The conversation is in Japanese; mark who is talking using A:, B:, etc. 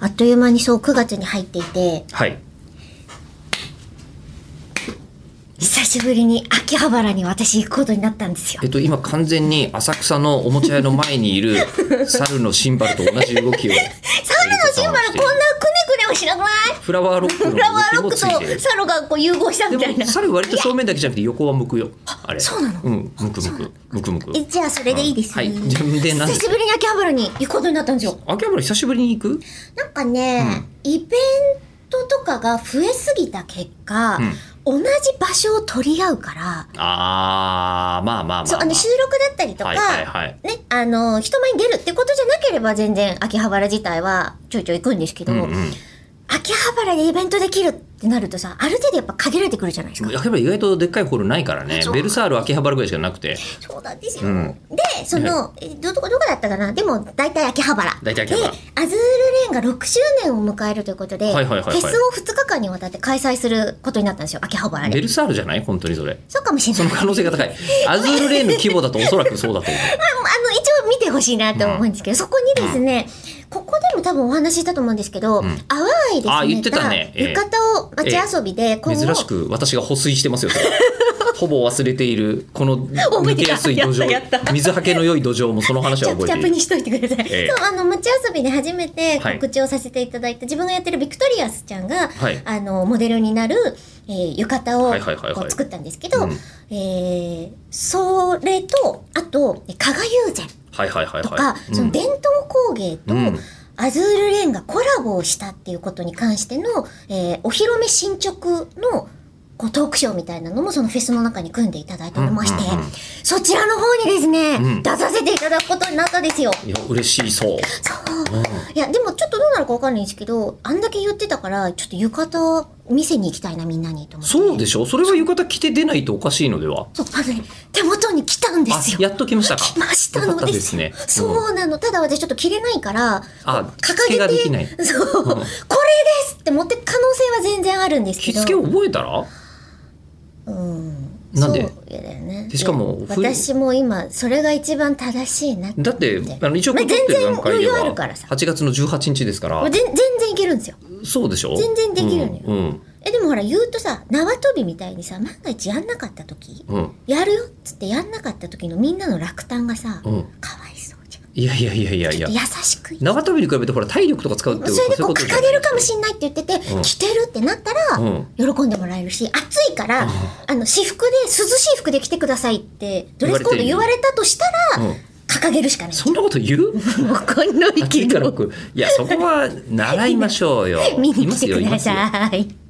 A: あっという間にそう9月に入っていて
B: はい。
A: 久しぶりに秋葉原に私行くことになったんですよ
B: えっと、今完全に浅草のおもちゃ屋の前にい る猿のシンバルと同じ動きを。
A: 猿のシンバルこんなくねくねはしなくない
B: フラワーロックの
A: フラワーロッ
B: 動
A: ク
B: きもついて
A: と猿がこう融合したみたい
B: る。で
A: な
B: も猿割と正面だけじゃなくて横は向くよ。あれ。
A: そうなの
B: うん、向く向く。向く向く。
A: えじゃあそれでいいです、
B: はい。じゃあで、なん
A: 久
B: で
A: しぶりに秋葉原に行くことになったんですよ
B: 秋葉原久しぶりに行く
A: なんかね、イベントとかが増えすぎた結果、
B: うん
A: 同じ場所を取り合うから、
B: あー、まあまあまあまあ。
A: そうあの収録だったりとか、
B: はいはいはい。
A: ね、あの人前に出るってことじゃなければ全然秋葉原自体はちょいちょい行くんですけ
B: う
A: ど、
B: んうん。
A: 秋葉原でイベントできるってなるとさある程度やっぱ限られてくるじゃないですか。
B: 秋葉原意外とでっかいホールないからね
A: そう
B: ベルサール秋葉原ぐらいしかなくて
A: そうなんですよ。
B: うん
A: で、その、えど、どこ、どこだったかなでも、大体秋葉原。
B: 大体秋葉原
A: で、アズールレーンが6周年を迎えるということで、
B: はいはいはいはい
A: フェスを2日間にわたって開催することになったんですよ、秋葉原
B: ベ
A: で。
B: ルサールじゃない本当にそれ
A: そうかもしれ
B: そ
A: な
B: の
A: い。
B: 可能性が高いアズールレーンの規模だとおそらくそうだと思
A: ああの、一応見てほしいなと思うんですけど、そこにですね、ここでも多分お話ししたと思うんですけど、
B: ん
A: 淡いですね。
B: あ言ってたねええ
A: 浴衣を街遊びで、今
B: う
A: 後、
B: 珍しく私が保水してますよ それほぼ忘れているこの
A: 覚えて
B: 抜け
A: た
B: やすい土
A: やったやっ
B: 壌
A: た
B: 水はけの良い土壌もその 話
A: チ
B: は
A: ャプ
B: 覚
A: チ
B: え
A: ャ
B: て
A: プ
B: いる
A: にしといてください。
B: ええ
A: そう、あの、街遊びで初めて
B: はい
A: 告知をさせていただいた、自分がやってるビクトリアスちゃんが、
B: はい
A: あの、モデルになる、えー浴衣を
B: はいはいはいはい
A: こう作ったんですけど、
B: うん
A: えーそれと、あと、加賀友禅
B: はいはいはい
A: と
B: はい
A: か、
B: うん
A: その伝統工芸と、
B: うん
A: アズールレンがコラボをしたっていうことに関しての、えーお披露目進捗のこうトークショーみたいなのもそのフェスの中に組んでいただいておりまして、
B: うんうんうん
A: そちらの方にですね、
B: うん
A: 出させていただくことになったんですよ。
B: いや嬉しいそう、
A: そう。
B: うん
A: いや、でもちょっとどうなるかわかんないんですけど、あんだけ言ってたから、ちょっと浴衣見せに行きたいな、みんなにと思って。
B: そうでしょそれは浴衣着て出ないとおかしいのでは
A: そう、あのね、手元に来たんで
B: あ
A: すよ。
B: やっと来ましたか
A: 来ました
B: よ
A: の
B: かった
A: で
B: です
A: す。
B: ね
A: そうなの。ただ私ちょっと着れないから、
B: あ
A: こう
B: 着付けができない
A: そう、
B: ん
A: これですって持ってく可能性は全然あるんですけ
B: 着
A: ど。
B: 付け覚えたら
A: うん。
B: なんで
A: そうだよね。
B: でしかも
A: いや
B: 冬
A: 私も今、それが一番正しいなって。
B: だってあの一応
A: まあ
B: 撮ってる段階で
A: 全然余裕あ
B: は
A: るからさ
B: 8月の18日ですから
A: もう全全然いけるんですよ。
B: そうでしょ
A: 全然できるのよ
B: うんうん
A: え、でもほら、言うとさ、縄跳びみたいにさ、万が一やんなかった時、
B: うん
A: やるよっつってやんなかった時のみんなの落胆がさ、
B: うん
A: かわいそうじゃ
B: いやいやいやいやいや
A: ん。優しく言って
B: 長跳びに比べてほら体力とか使うって
A: それでこう
B: じゃ
A: 掲
B: ない
A: げるかもしれないって言ってて、
B: うん
A: 着てるってなったら、
B: うん
A: 喜んでもらえるし暑いから、あの私服で涼しい服で着てくださいってドレスコード言われたとしたら、
B: うん
A: 掲げるしかない。
B: そんなこと言う
A: わかんない
B: 暑いから僕いやそこは習いましょうよ
A: 見に来てください。